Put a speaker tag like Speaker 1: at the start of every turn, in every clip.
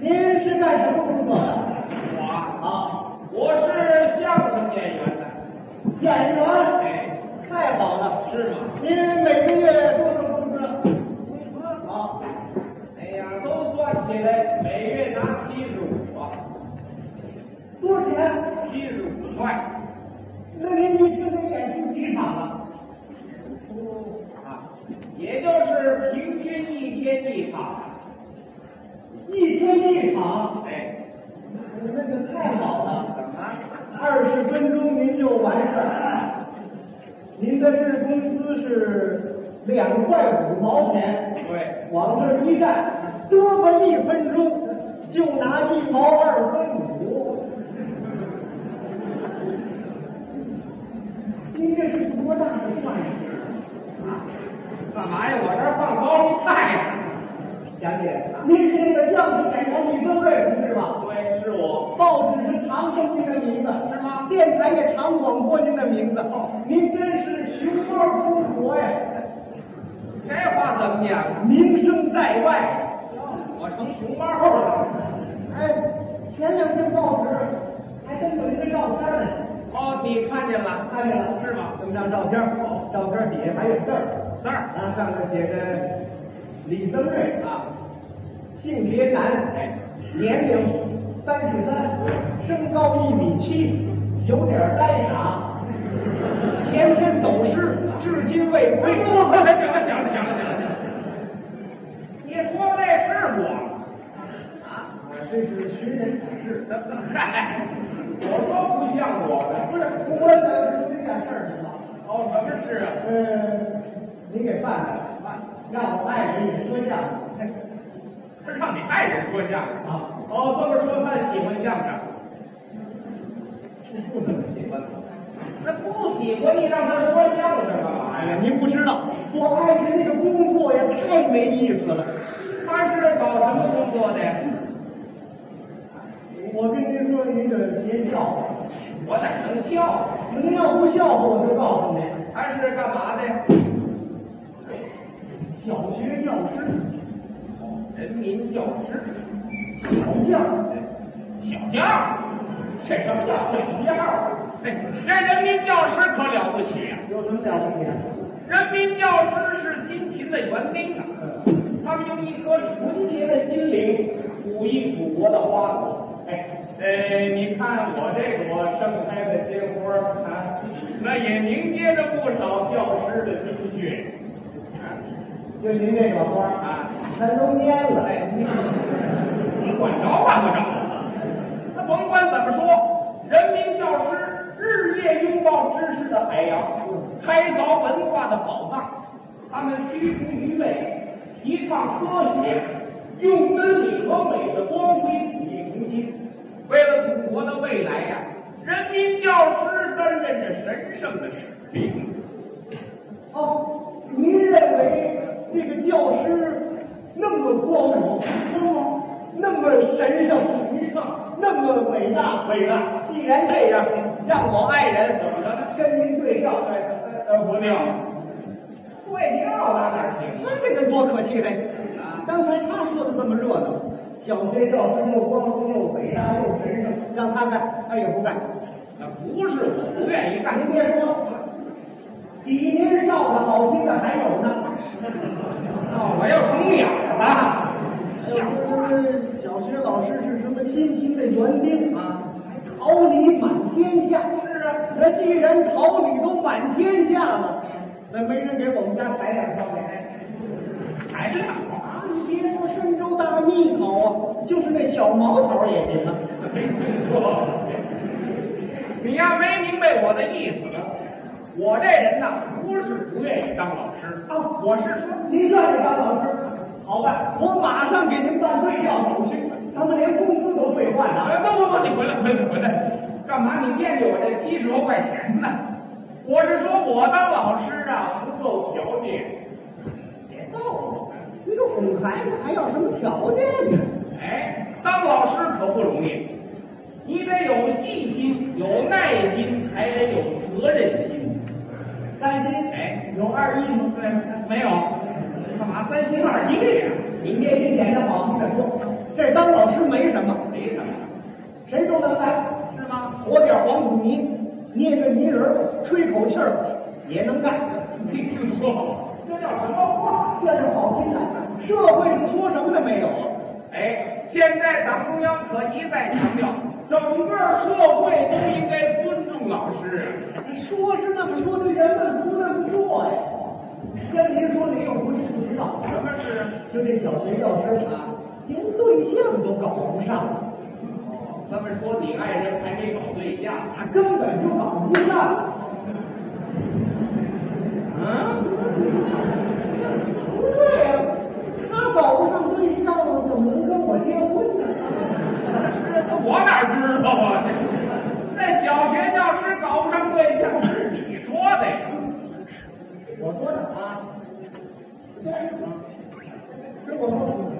Speaker 1: 您是干什么工作的？
Speaker 2: 我啊，
Speaker 1: 啊，
Speaker 2: 我是相声演员的，
Speaker 1: 演员。
Speaker 2: 哎，
Speaker 1: 太好了，
Speaker 2: 是吗？
Speaker 1: 您每个月多少工资？
Speaker 2: 啊，哎呀，都算起来每月拿七十五啊，
Speaker 1: 多少钱？
Speaker 2: 七十五块
Speaker 1: 那您一次能演出几场啊？
Speaker 2: 啊，也就是平均一天一场，
Speaker 1: 一天一场，
Speaker 2: 哎，
Speaker 1: 那个太好了。
Speaker 2: 怎么？
Speaker 1: 二十分钟您就完事儿。您的日工资是两块五毛钱，
Speaker 2: 对，
Speaker 1: 往这儿一站，多么一分钟就拿一毛二分五。您这是多大的饭
Speaker 2: 干嘛呀？我这儿放高利贷呢，
Speaker 1: 想姐，啊您是那个相声演员李增瑞同志吧？
Speaker 2: 对，是我，
Speaker 1: 报纸是常登您的名字，啊
Speaker 2: 是吗？
Speaker 1: 电台也常广播您的名字。您真是寻花出国呀，
Speaker 2: 这话怎么讲？
Speaker 1: 名声在外。
Speaker 2: 我成熊猫了。
Speaker 1: 哎，前两天报纸还真有一个照片呢，
Speaker 2: 哦，你看见了？
Speaker 1: 看见了
Speaker 2: 是吗？
Speaker 1: 这么张照片儿，照片儿底下还有字儿，
Speaker 2: 字儿
Speaker 1: 啊，上面写着李增瑞啊，性别男，哎，年龄三十三，身高一米七，有点儿呆傻，天天走失，至今未
Speaker 2: 哎呦行了行了行了
Speaker 1: 归。
Speaker 2: 行了你说这是我？
Speaker 1: 啊，这是寻人启事，
Speaker 2: 嗨，我说不像我的，
Speaker 1: 不是我呃您点事儿是吧？
Speaker 2: 哦，什么事啊？
Speaker 1: 呃，您给办办，办，让我爱人也说相声。
Speaker 2: 是让你爱人说相声
Speaker 1: 啊
Speaker 2: 哦，这么说他喜欢相声，
Speaker 1: 不怎么喜欢。
Speaker 2: 那不喜欢你让他说相声干嘛
Speaker 1: 哎
Speaker 2: 呀
Speaker 1: 呀，？您不知道，我爱人那个工作呀，太没意思了。
Speaker 2: 他是搞什么工作的呀？
Speaker 1: 我跟您说，您得别笑话，
Speaker 2: 我哪能笑？
Speaker 1: 您要不笑话，我就告诉您，
Speaker 2: 他是干嘛的呀？
Speaker 1: 小学教师，
Speaker 2: 人民教师，
Speaker 1: 小将，
Speaker 2: 小样这什么叫小样哎，这人民教师可了不起啊！
Speaker 1: 有什么了不起啊？
Speaker 2: 人民教师是辛勤的园丁啊，他们用一颗纯洁的心灵哺育祖国的花朵。哎，呃，你看我这国盛开的鲜花儿啊，那也凝结着不少教师的心血。
Speaker 1: 就您这个花
Speaker 2: 啊，
Speaker 1: 全都蔫了。
Speaker 2: 哎，你管着管不着？那甭管怎么说，人民教师日夜拥抱知识的海洋，开凿文化的宝藏。他们驱除愚昧，提倡科学，用真理和美的光辉熠熠同心。为了祖国的未来呀、人民教师担任着神圣的使命。
Speaker 1: 哦，您认为这个教师那么光荣，是吗？那么神圣，神圣，那么伟大，伟大。既然这样，让我爱人
Speaker 2: 怎么着呢？
Speaker 1: 跟您对照，
Speaker 2: 呃，不妙，对调那哪行啊？
Speaker 1: 那这个多可气嘞！
Speaker 2: 啊
Speaker 1: 刚才他说的这么热闹，小学教师又光荣又伟大又神圣，让他干，他也不干。
Speaker 2: 那不是我不愿意干，
Speaker 1: 您别说，比您绕的好听的还有呢。
Speaker 2: 那我要成鸟了。
Speaker 1: 小小学老师是什么辛勤的园丁啊，还桃李满天下。是啊，那既然桃李都满天下了，那没人给我们家采两筐来。
Speaker 2: 还是那话，
Speaker 1: 啊，你别说深州大蜜桃啊，就是那小毛桃也行啊。
Speaker 2: 没听说。你呀，没明白我的意思。我这人呐，不是不愿意当老师，
Speaker 1: 啊，我是说，您愿意当老师，好办，我马上给您办对账手续，咱们连工资都兑换
Speaker 2: 哎，
Speaker 1: 了。
Speaker 2: 不不不，你回来回来回来，干嘛？你惦记我这七十多块钱呢？我是说我当老师啊，不够条件。别逗我！
Speaker 1: 一个哄孩子还要什么条件呢？
Speaker 2: 哎，当老师可不容易，你得有细心，有耐心，还得有责任心。
Speaker 1: 担心
Speaker 2: 哎
Speaker 1: 有二一吗？对。
Speaker 2: 没有，干嘛三心二意呀？
Speaker 1: 你这一点的好，你再说，这当老师没不能来，
Speaker 2: 是吗？
Speaker 1: 裹点黄土泥，捏个泥人儿，吹口气儿也能干。
Speaker 2: 没听说，这叫什么话？
Speaker 1: 这是好听的，社会上说什么都没有啊。
Speaker 2: 哎，现在党中央可一再强调，整个社会都应该尊重老师。啊
Speaker 1: 说是那么说，对人们不那么做呀。跟您说您又不是不知道，
Speaker 2: 什么是？
Speaker 1: 就这小学教师啊，连对象都搞不上，
Speaker 2: 他们说你爱人还没搞对象，
Speaker 1: 他根本就搞不上。
Speaker 2: 嗯，
Speaker 1: 不对呀、他搞不上对象，怎么能跟我结婚呢？
Speaker 2: 我哪知道啊？那小学教师搞不上对象是你说的呀？
Speaker 1: 我说的啊，对是我说的。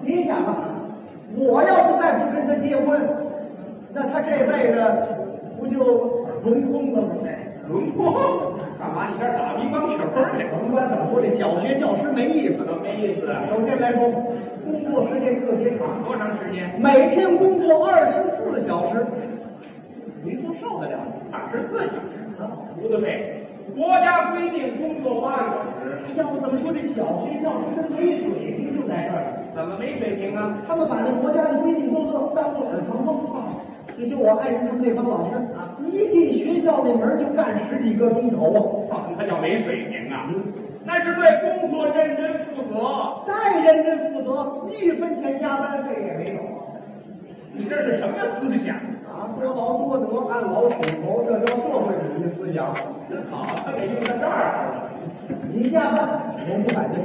Speaker 1: 你想啊，我要是再不跟他结婚，那他这辈子不就轮空了吗？
Speaker 2: 轮廓？干嘛？你这打乒乓球呢？
Speaker 1: 甭管怎么说，这小学教师没意思。
Speaker 2: 怎么没意思啊？
Speaker 1: 首先来说，工作时间特别长，
Speaker 2: 多长时间？
Speaker 1: 每天工作二十四小时，您说受得了吗？
Speaker 2: 二十四小时啊，不对，国家规定工作八个小时，
Speaker 1: 要不怎么说这小学教师跟没水平就在这儿了？
Speaker 2: 怎么没水平啊？
Speaker 1: 他们把这国家的规定都都当做耳旁风。也就我爱人他们那帮老师啊，一进学校那门就干十几个钟头
Speaker 2: 放他叫没水平啊？那是对工作认真负责。
Speaker 1: 啊，再认真负责，一分钱加班费也没有
Speaker 2: 你这是什么思想？
Speaker 1: 啊！多劳多得，按劳取酬，这叫社会主义思想。
Speaker 2: 真好，他给用到这儿了，
Speaker 1: 你加班，我不反对，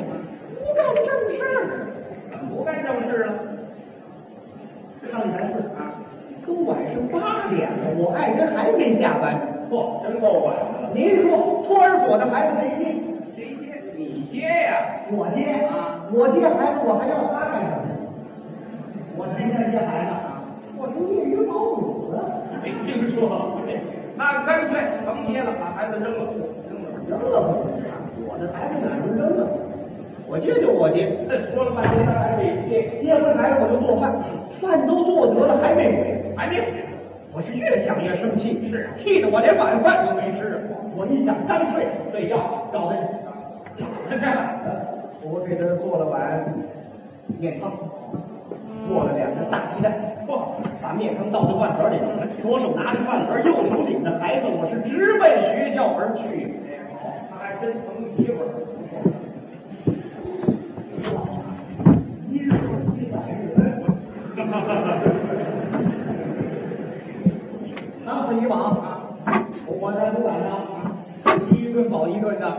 Speaker 1: 不干正事儿。
Speaker 2: 怎么不干正事了？
Speaker 1: 上礼拜四啊，都晚上八点了，我爱人还没下班。
Speaker 2: 嚯，真够晚的了。
Speaker 1: 您说托儿所的孩子没接，
Speaker 2: 谁接？你接呀、
Speaker 1: 我接啊，我接孩子，我还要他干什么？我天天接孩子啊，我成业余保姆了，
Speaker 2: 没听说。那干脆甭接了，把孩子扔了，扔了。
Speaker 1: 扔了我，我的孩子哪能扔啊？我接就我接，
Speaker 2: 说了半天，他还没接，
Speaker 1: 接回来我就做饭，饭都做得了还没回，
Speaker 2: 还没回。
Speaker 1: 我是越想越生气，是气得我连晚饭都没吃。我一想干脆
Speaker 2: 睡觉，
Speaker 1: 找他，
Speaker 2: 这
Speaker 1: 我给他做了碗面汤，做了两个大鸡蛋。
Speaker 2: 嚯，
Speaker 1: 把面汤倒到饭盒里，左手拿着饭盒，右手领着孩子，我是直奔学校而去。
Speaker 2: 他还真成媳妇儿。
Speaker 1: 一日一百人，长此以往啊，我才不敢当，鸡一顿饱一顿的。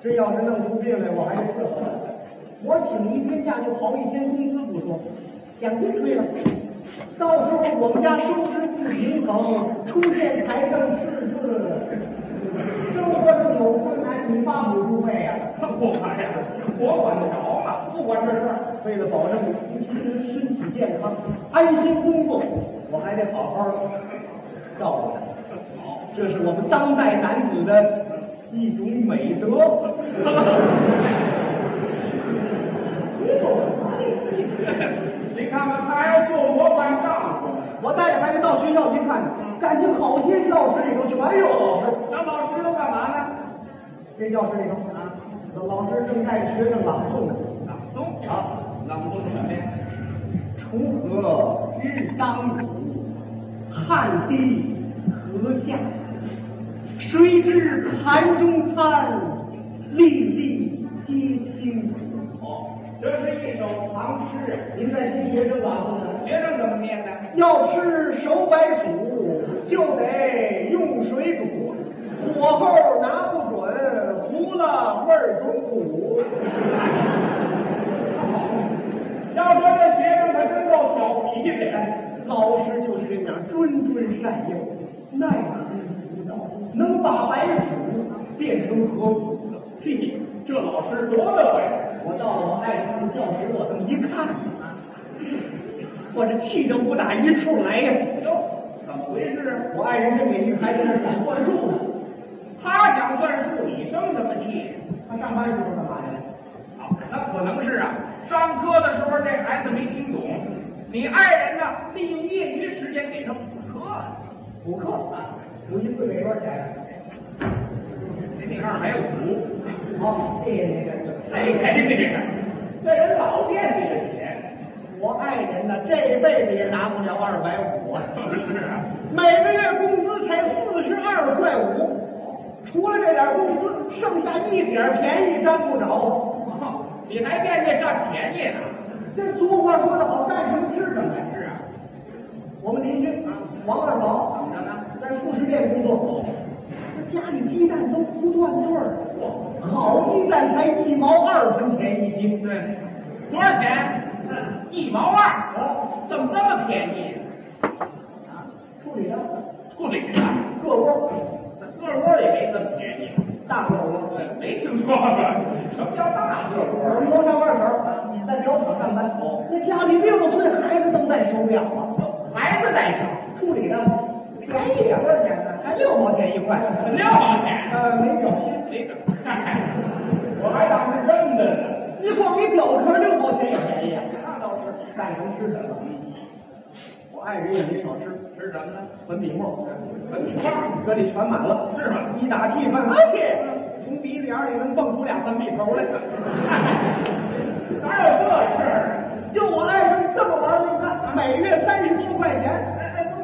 Speaker 1: 这要是弄出病来，我还得伺候。我请一天假就刨一天工资不说，两天吹了。到时候我们家收支不平衡，出现财政赤字，生活上有困难，你发补助费啊？
Speaker 2: 我管呀，我管得着吗？不管这事儿。
Speaker 1: 为了保证夫妻人身体健康、安心工作，我还得好好照顾他。
Speaker 2: 好，
Speaker 1: 这是我们当代男子的一种美德。
Speaker 2: 您看看，他还做模范丈夫呢。
Speaker 1: 我带着孩子到学校去看，感情好些教室里头全有老师。
Speaker 2: 那老师都干嘛呢？
Speaker 1: 这教室里头啊，老师正带学生朗诵呢。
Speaker 2: 朗诵啊，朗诵什么呀？
Speaker 1: 锄禾日当午，汗滴禾下。谁知盘中餐，粒粒皆辛苦。
Speaker 2: 哦，这是一首唐诗，
Speaker 1: 您在听学生朗诵呢？
Speaker 2: 学生怎么念的？
Speaker 1: 要吃手白薯，就得用水煮。火候拿不准，糊了味儿中苦。
Speaker 2: 要说这学生可真够调皮的呀，
Speaker 1: 老师就是这样，谆谆善诱，耐心辅导，能把白鼠变成河谷的。
Speaker 2: 嘿，这老师多乐呀！
Speaker 1: 我到我爱人的教室，我这么一看，我这气得不打一处来呀！
Speaker 2: 哟，怎么回事？
Speaker 1: 我爱人正给一个孩子那儿算数呢，
Speaker 2: 他想算数，你生什么气？
Speaker 1: 他上班时候干嘛去了？
Speaker 2: 啊，那可能是啊，上课的时候这孩子没听懂，你爱人呢利用业余时间给他补
Speaker 1: 补课啊，补习费给多少钱？
Speaker 2: 那二百五，
Speaker 1: 哦，谢谢您的支持
Speaker 2: 哎哎，这个这人老惦记这钱，
Speaker 1: 我爱人呢，这辈子也拿不了二百五啊，
Speaker 2: 是啊，
Speaker 1: 每个月工资才四十二块五，除了这点工资，剩下一点便宜沾不着。
Speaker 2: 哦你还惦记占便宜呢？
Speaker 1: 这俗话说得好，干什么吃什么呀。
Speaker 2: 是啊，
Speaker 1: 我们邻居王二
Speaker 2: 怎
Speaker 1: 宝
Speaker 2: 么着呢？
Speaker 1: 在副食店工作，他家里鸡蛋都不断对儿，好鸡蛋才一毛二分钱一斤。
Speaker 2: 对，多少钱？一毛二，
Speaker 1: 啊，
Speaker 2: 怎么这么便宜？
Speaker 1: 处理了，
Speaker 2: 处理了，
Speaker 1: 各窝
Speaker 2: 个窝也没这么便宜。
Speaker 1: 大个窝，
Speaker 2: 没听说过，什么叫大热
Speaker 1: 我
Speaker 2: 窝？
Speaker 1: 们楼上二婶你在表厂上班，哦，那家里六岁孩子都戴手表啊，
Speaker 2: 孩子带上，
Speaker 1: 处理了，便宜两块钱呢，才六毛钱一块，
Speaker 2: 六毛钱，
Speaker 1: 呃，没表心，
Speaker 2: 没整，我还当是真的呢。
Speaker 1: 你光给表壳六毛钱也便宜啊，那倒是，干什么吃什么，我爱人也没少吃。
Speaker 2: 吃什么呢？
Speaker 1: 粉笔沫，
Speaker 2: 粉笔画，
Speaker 1: 这里全满了，
Speaker 2: 是吗？
Speaker 1: 一打气氛，我去，从鼻子眼儿里能蹦出俩粉笔头来。
Speaker 2: 哪有这事儿啊？
Speaker 1: 就我爱人这么玩儿，你看每月三十多块钱，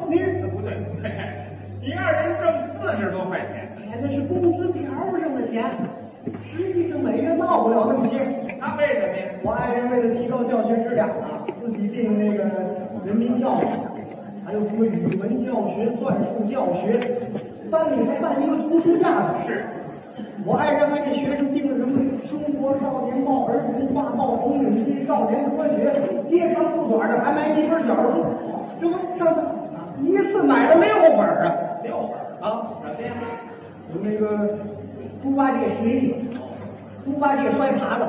Speaker 1: 您
Speaker 2: 不对，你二人挣四十多块钱，
Speaker 1: 哎呀，那是工资条上的钱，实际上每月闹不了那么些。
Speaker 2: 他为什么呀？
Speaker 1: 我爱人为了提高教学质量啊，自己进行那个人民教育，还有什么语文教学、算术教学，班里还办一个图书架子。
Speaker 2: 是，
Speaker 1: 我爱人还给学生订了什么《中国少年报》《儿童画报》《红领巾》《少年科学》，街上不短的还买几本小书。这不上次一次买了六本儿啊
Speaker 2: 六本
Speaker 1: 啊！
Speaker 2: 什么呀？
Speaker 1: 有那个猪八戒学艺，猪八戒摔耙子，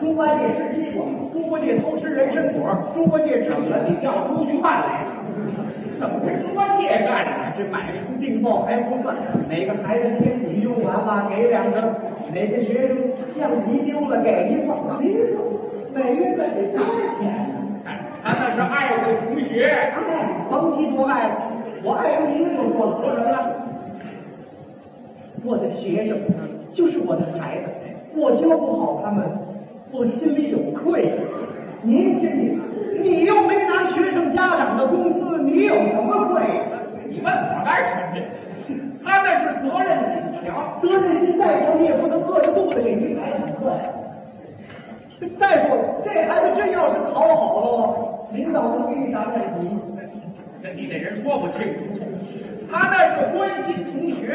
Speaker 1: 猪八戒吃西瓜，猪八戒偷吃人参果，猪八戒吃
Speaker 2: 怎么你掉出去汗来了？怎么是猪八戒干的？
Speaker 1: 这买书订报还不算，哪个孩子铅笔用完了给两根儿，哪个学生橡皮丢了给一块儿，您说每月这得多少钱呢？
Speaker 2: 他那是爱护同学。
Speaker 1: 甭提多爱了，我爱人明就说了，说什么呢？我的学生就是我的孩子，我教不好他们，我心里有愧。您这你，你又没拿学生家长的工资，你有什么愧？
Speaker 2: 你问我干什么呀？他那是责任心强，
Speaker 1: 责任心再强，你也不能饿着肚子给您孩子课呀。再说了，这孩子真要是考好了，领导能给你打彩旗。
Speaker 2: 这你这人说不清楚。他那是关心同学，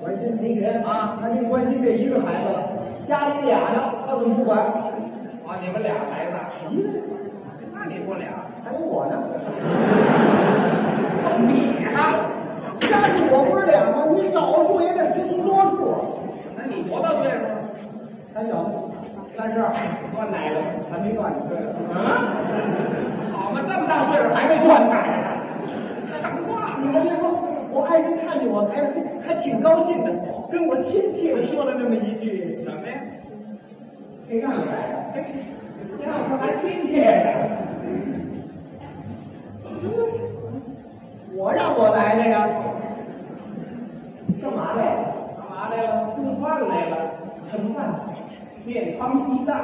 Speaker 1: 我说这同学
Speaker 2: 啊
Speaker 1: 他就关心这一个孩子了，家里俩呢，他怎么不管？
Speaker 2: 啊，你们俩孩子，那你说俩，
Speaker 1: 还有我呢，
Speaker 2: 你呀、
Speaker 1: 家里我不是俩吗？你少数也得服从多数啊。
Speaker 2: 那你多大岁数？
Speaker 1: 三小，三十二，断奶了，还没断呢。
Speaker 2: 嗯、好嘛，这么大岁数还没断奶呢，那什么话？
Speaker 1: 你们别说，我爱人看见我还还挺高兴的，跟我亲切地说了那么一句
Speaker 2: 什么呀？：“
Speaker 1: 谁让你来的？”
Speaker 2: 哎，这样说还亲切呀？
Speaker 1: 我让我来的呀。干嘛来呀？
Speaker 2: 干嘛来了？做饭来了，
Speaker 1: 什么饭？
Speaker 2: 面汤鸡蛋。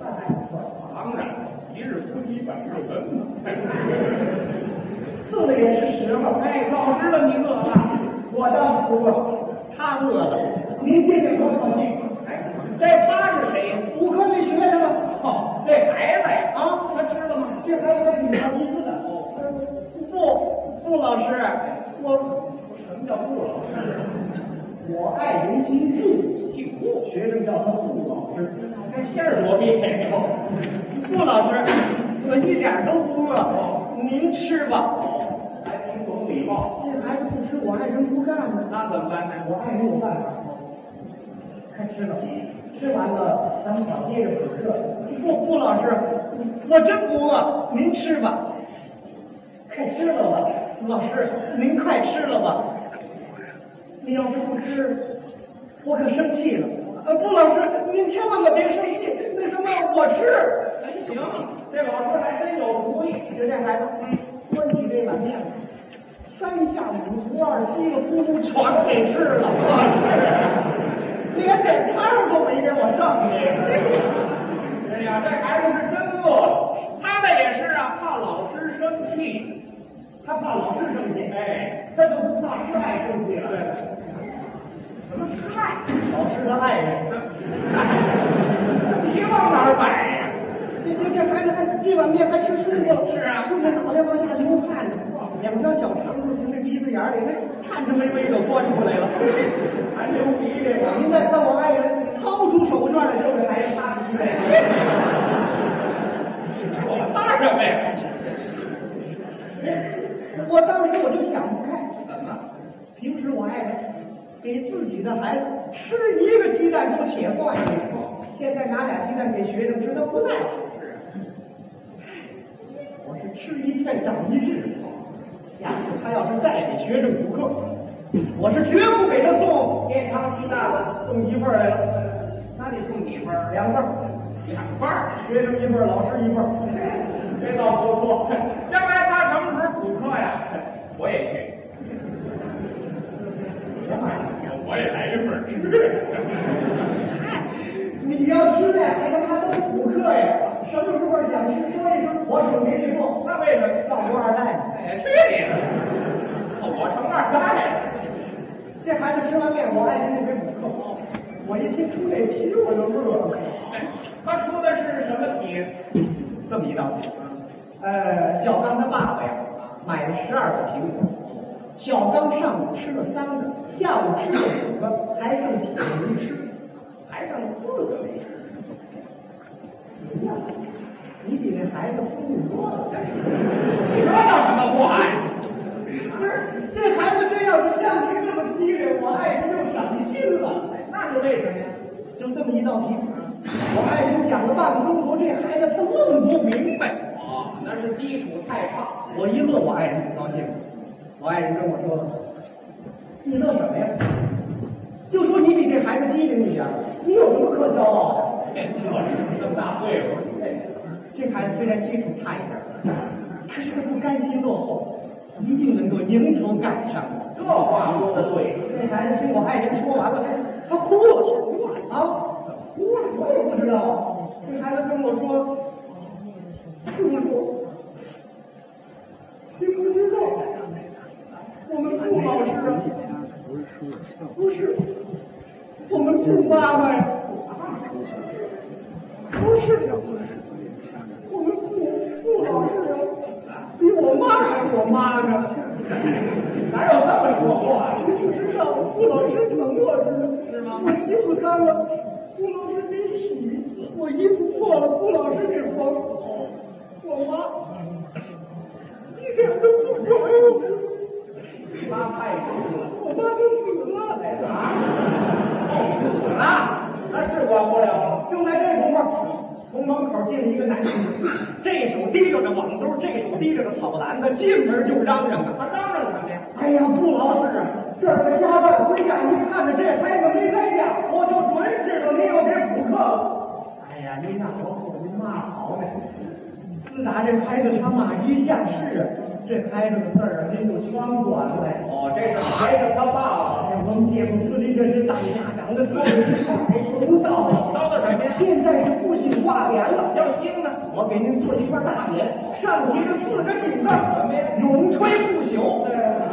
Speaker 1: 饭还不错，
Speaker 2: 当然，一日夫妻百日恩嘛。
Speaker 1: 饿了也是时候。
Speaker 2: 哎，早知道你饿了。
Speaker 1: 我倒不饿，他饿了。您接着说说你。
Speaker 2: 哎，这他是谁呀？
Speaker 1: 骨科那学生啊，
Speaker 2: 哦，这孩子呀，啊，他吃了吗？
Speaker 1: 这还有个女孩名字的。呃傅傅老师，我
Speaker 2: 什么叫不老实？
Speaker 1: 我爱人姓傅，
Speaker 2: 姓顾，
Speaker 1: 学生叫他傅老师。
Speaker 2: 这馅儿多别扭。
Speaker 1: 傅老师，我一点都不饿，您吃吧。
Speaker 2: 还挺懂礼貌，
Speaker 1: 这孩子哎不吃，我爱人不干呢。
Speaker 2: 那怎么办呢？
Speaker 1: 我爱人有办法，快吃吧。吃完了，咱们好接着补课。傅傅老师，我真不饿，您吃吧。快吃了吧，老师，您快吃了吧。你要是不吃，我可生气了。呃，傅老师，您千万可别生气。那什么，我吃。
Speaker 2: 哎，行，这老师还真有主意。
Speaker 3: 嗯
Speaker 1: 就这孩子，端起这碗面来，
Speaker 3: 三下五除二，稀里糊涂全给吃了，连这汤都没给我剩下。
Speaker 2: 哎呀，这孩子是真饿了。他们也是啊，怕老师生气，
Speaker 3: 他怕老师生气，
Speaker 2: 哎，
Speaker 3: 他就不怕师爱生气了。
Speaker 2: 什么失败？
Speaker 3: 老师的爱人，
Speaker 2: 你往哪儿摆呀、
Speaker 1: 这这这孩子还一碗面还吃舒服了，
Speaker 2: 是啊
Speaker 1: 舒服脑袋往下流汗呢，两条小肠子从这鼻子眼儿里那颤颤巍巍就钻出来了。
Speaker 2: 还流鼻这个。
Speaker 1: 您再看我爱人掏出手绢来就给孩子擦鼻子，
Speaker 2: 我怕什么呀？
Speaker 1: 我当时我就想不开，怎么平时我爱人给自己的孩子吃一个鸡蛋都且算一个，现在拿俩鸡蛋给学生吃，他不在乎。我是吃一堑长一智，下次他要是再给学生补课，我是绝不给他送
Speaker 2: 面汤鸡蛋了，
Speaker 1: 送一份儿来了，
Speaker 2: 那得送你份儿，
Speaker 1: 两份儿，
Speaker 2: 两半儿。
Speaker 1: 学生一份儿，老师一份儿。
Speaker 2: 这倒不错。将来他什么时候补课呀？我也去。我也来一份儿。
Speaker 1: 你要吃呀，还他妈都补课呀？什么时候想吃说一声，我准备去做。
Speaker 2: 那为什么？
Speaker 1: 造福二代，
Speaker 2: 哎，去你的！我成二代了。
Speaker 1: 这孩子吃完面，我爱人就给补课。我一听出这题，我就乐了。
Speaker 2: 哎他出的是什么题？
Speaker 1: 这么一道题，呃，小刚他爸爸呀，买了十二个苹果，小刚上午吃了三个，下午吃了五个，还剩几个没吃？
Speaker 2: 还剩四个没吃。
Speaker 1: 你哎呀，你比那孩子聪明多了。
Speaker 2: 你这叫什么祸害？
Speaker 1: 不是，这孩子真要是像您这么机灵，我爱人就省心了。
Speaker 2: 那是为什么呀？
Speaker 1: 就这么一道题，我爱人讲了半个钟头，这孩子他愣不明白。
Speaker 2: 哦，那是基础太 差。
Speaker 1: 我一乐，我爱人不高兴了。我爱人跟我说：“你乐什么呀？就说你比这孩子机灵一点，你有什么可骄傲的
Speaker 2: 这是这么大岁数，？”
Speaker 1: 这孩子虽然基础差一点，可是他不甘心落后，一定能够迎头赶上。
Speaker 2: 这话说的对。
Speaker 1: 这孩子听我爱人说完了，他哭了，哭了啊，哭了，我也不知道啊。这孩子跟我说，叔叔，您不知道，我们顾老师啊，不是，我们顾妈妈呀，不是，我们顾顾老师啊，比我妈还我妈呢。
Speaker 2: 哪有这么说话的？
Speaker 1: 你知道顾老师怎么我的是吗？我衣服干了，顾老师给洗；我衣服破了，顾老师给缝。我妈一点都不管我，
Speaker 2: 你妈太重了。
Speaker 1: 我妈都死了。哎
Speaker 2: 死了，那是管不了了。
Speaker 1: 就在这功夫，从门口进了一个男人，这手提溜着网兜，这手提溜着草篮子，进门就嚷嚷啊
Speaker 2: 他！嚷嚷什么呀？
Speaker 1: 哎呀，顾老师啊，这儿的家办回家一看呢，这孩子没在家，啊我就准知道你要给补课了。哎呀，您让我说您骂好呢。自打这孩子他妈一下世啊，这孩子的事儿啊，您就全管了呗。
Speaker 2: 哦，这是孩子他爸爸。
Speaker 1: 哎我们姐夫司令这是当家长的，说的不道啊
Speaker 2: 叨叨什么呀？
Speaker 1: 现在是不许挂帘了。
Speaker 2: 要听呢。
Speaker 1: 我给您做一块大匾，上题是四个井字，什么呀？永垂不朽。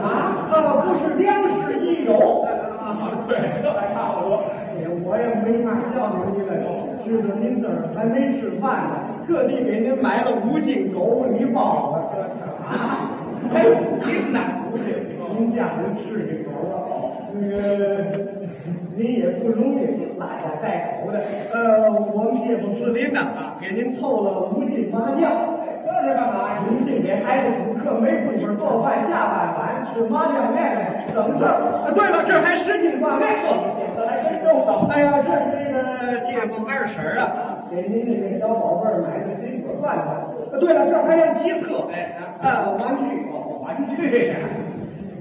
Speaker 1: 啊，呃，不是良史益友。
Speaker 2: 啊，对，这还差不多。
Speaker 1: 哎我也没法叫您来，知道您这儿还没吃饭呢，特地给您买了五斤狗你包子。啊，
Speaker 2: 还有您呢？
Speaker 1: 您家人吃这狗啊？呃，您也不容易，拉家带狗的。呃，我们姐夫四邻呐，给您凑了五斤麻酱。
Speaker 2: 这是干嘛呀？
Speaker 1: 您这给孩子补课没工夫做饭，下半晚吃麻酱面怎么事儿？啊，对了，这还十斤挂面。
Speaker 2: 这还真周到。
Speaker 1: 哎呀，这是这个姐夫二婶儿啊，给您这个小宝贝儿买的水果饭呢。啊，对了，这还有机特，哎，啊，玩具，玩具。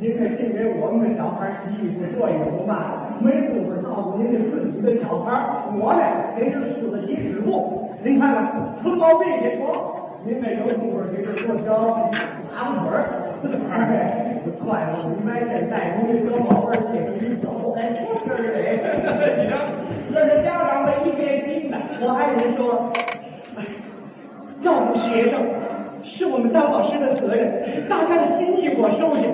Speaker 1: 您这净给我们这小孩儿洗衣服做衣服嘛，没工夫照顾您这自己的小孩儿。我呢，给这梳子洗纸布，您看看，瓷毛病也多。您这有功夫，您这做小马腿儿。
Speaker 4: 自个儿。
Speaker 1: 哎，快了，你买这带东西，搁宝贝儿里一走，哎，这是谁？
Speaker 2: 行，这是家长唯一贴心的。
Speaker 1: 我爱人说，哎，照顾学生是我们当老师的责任，大家的心意我收下，哦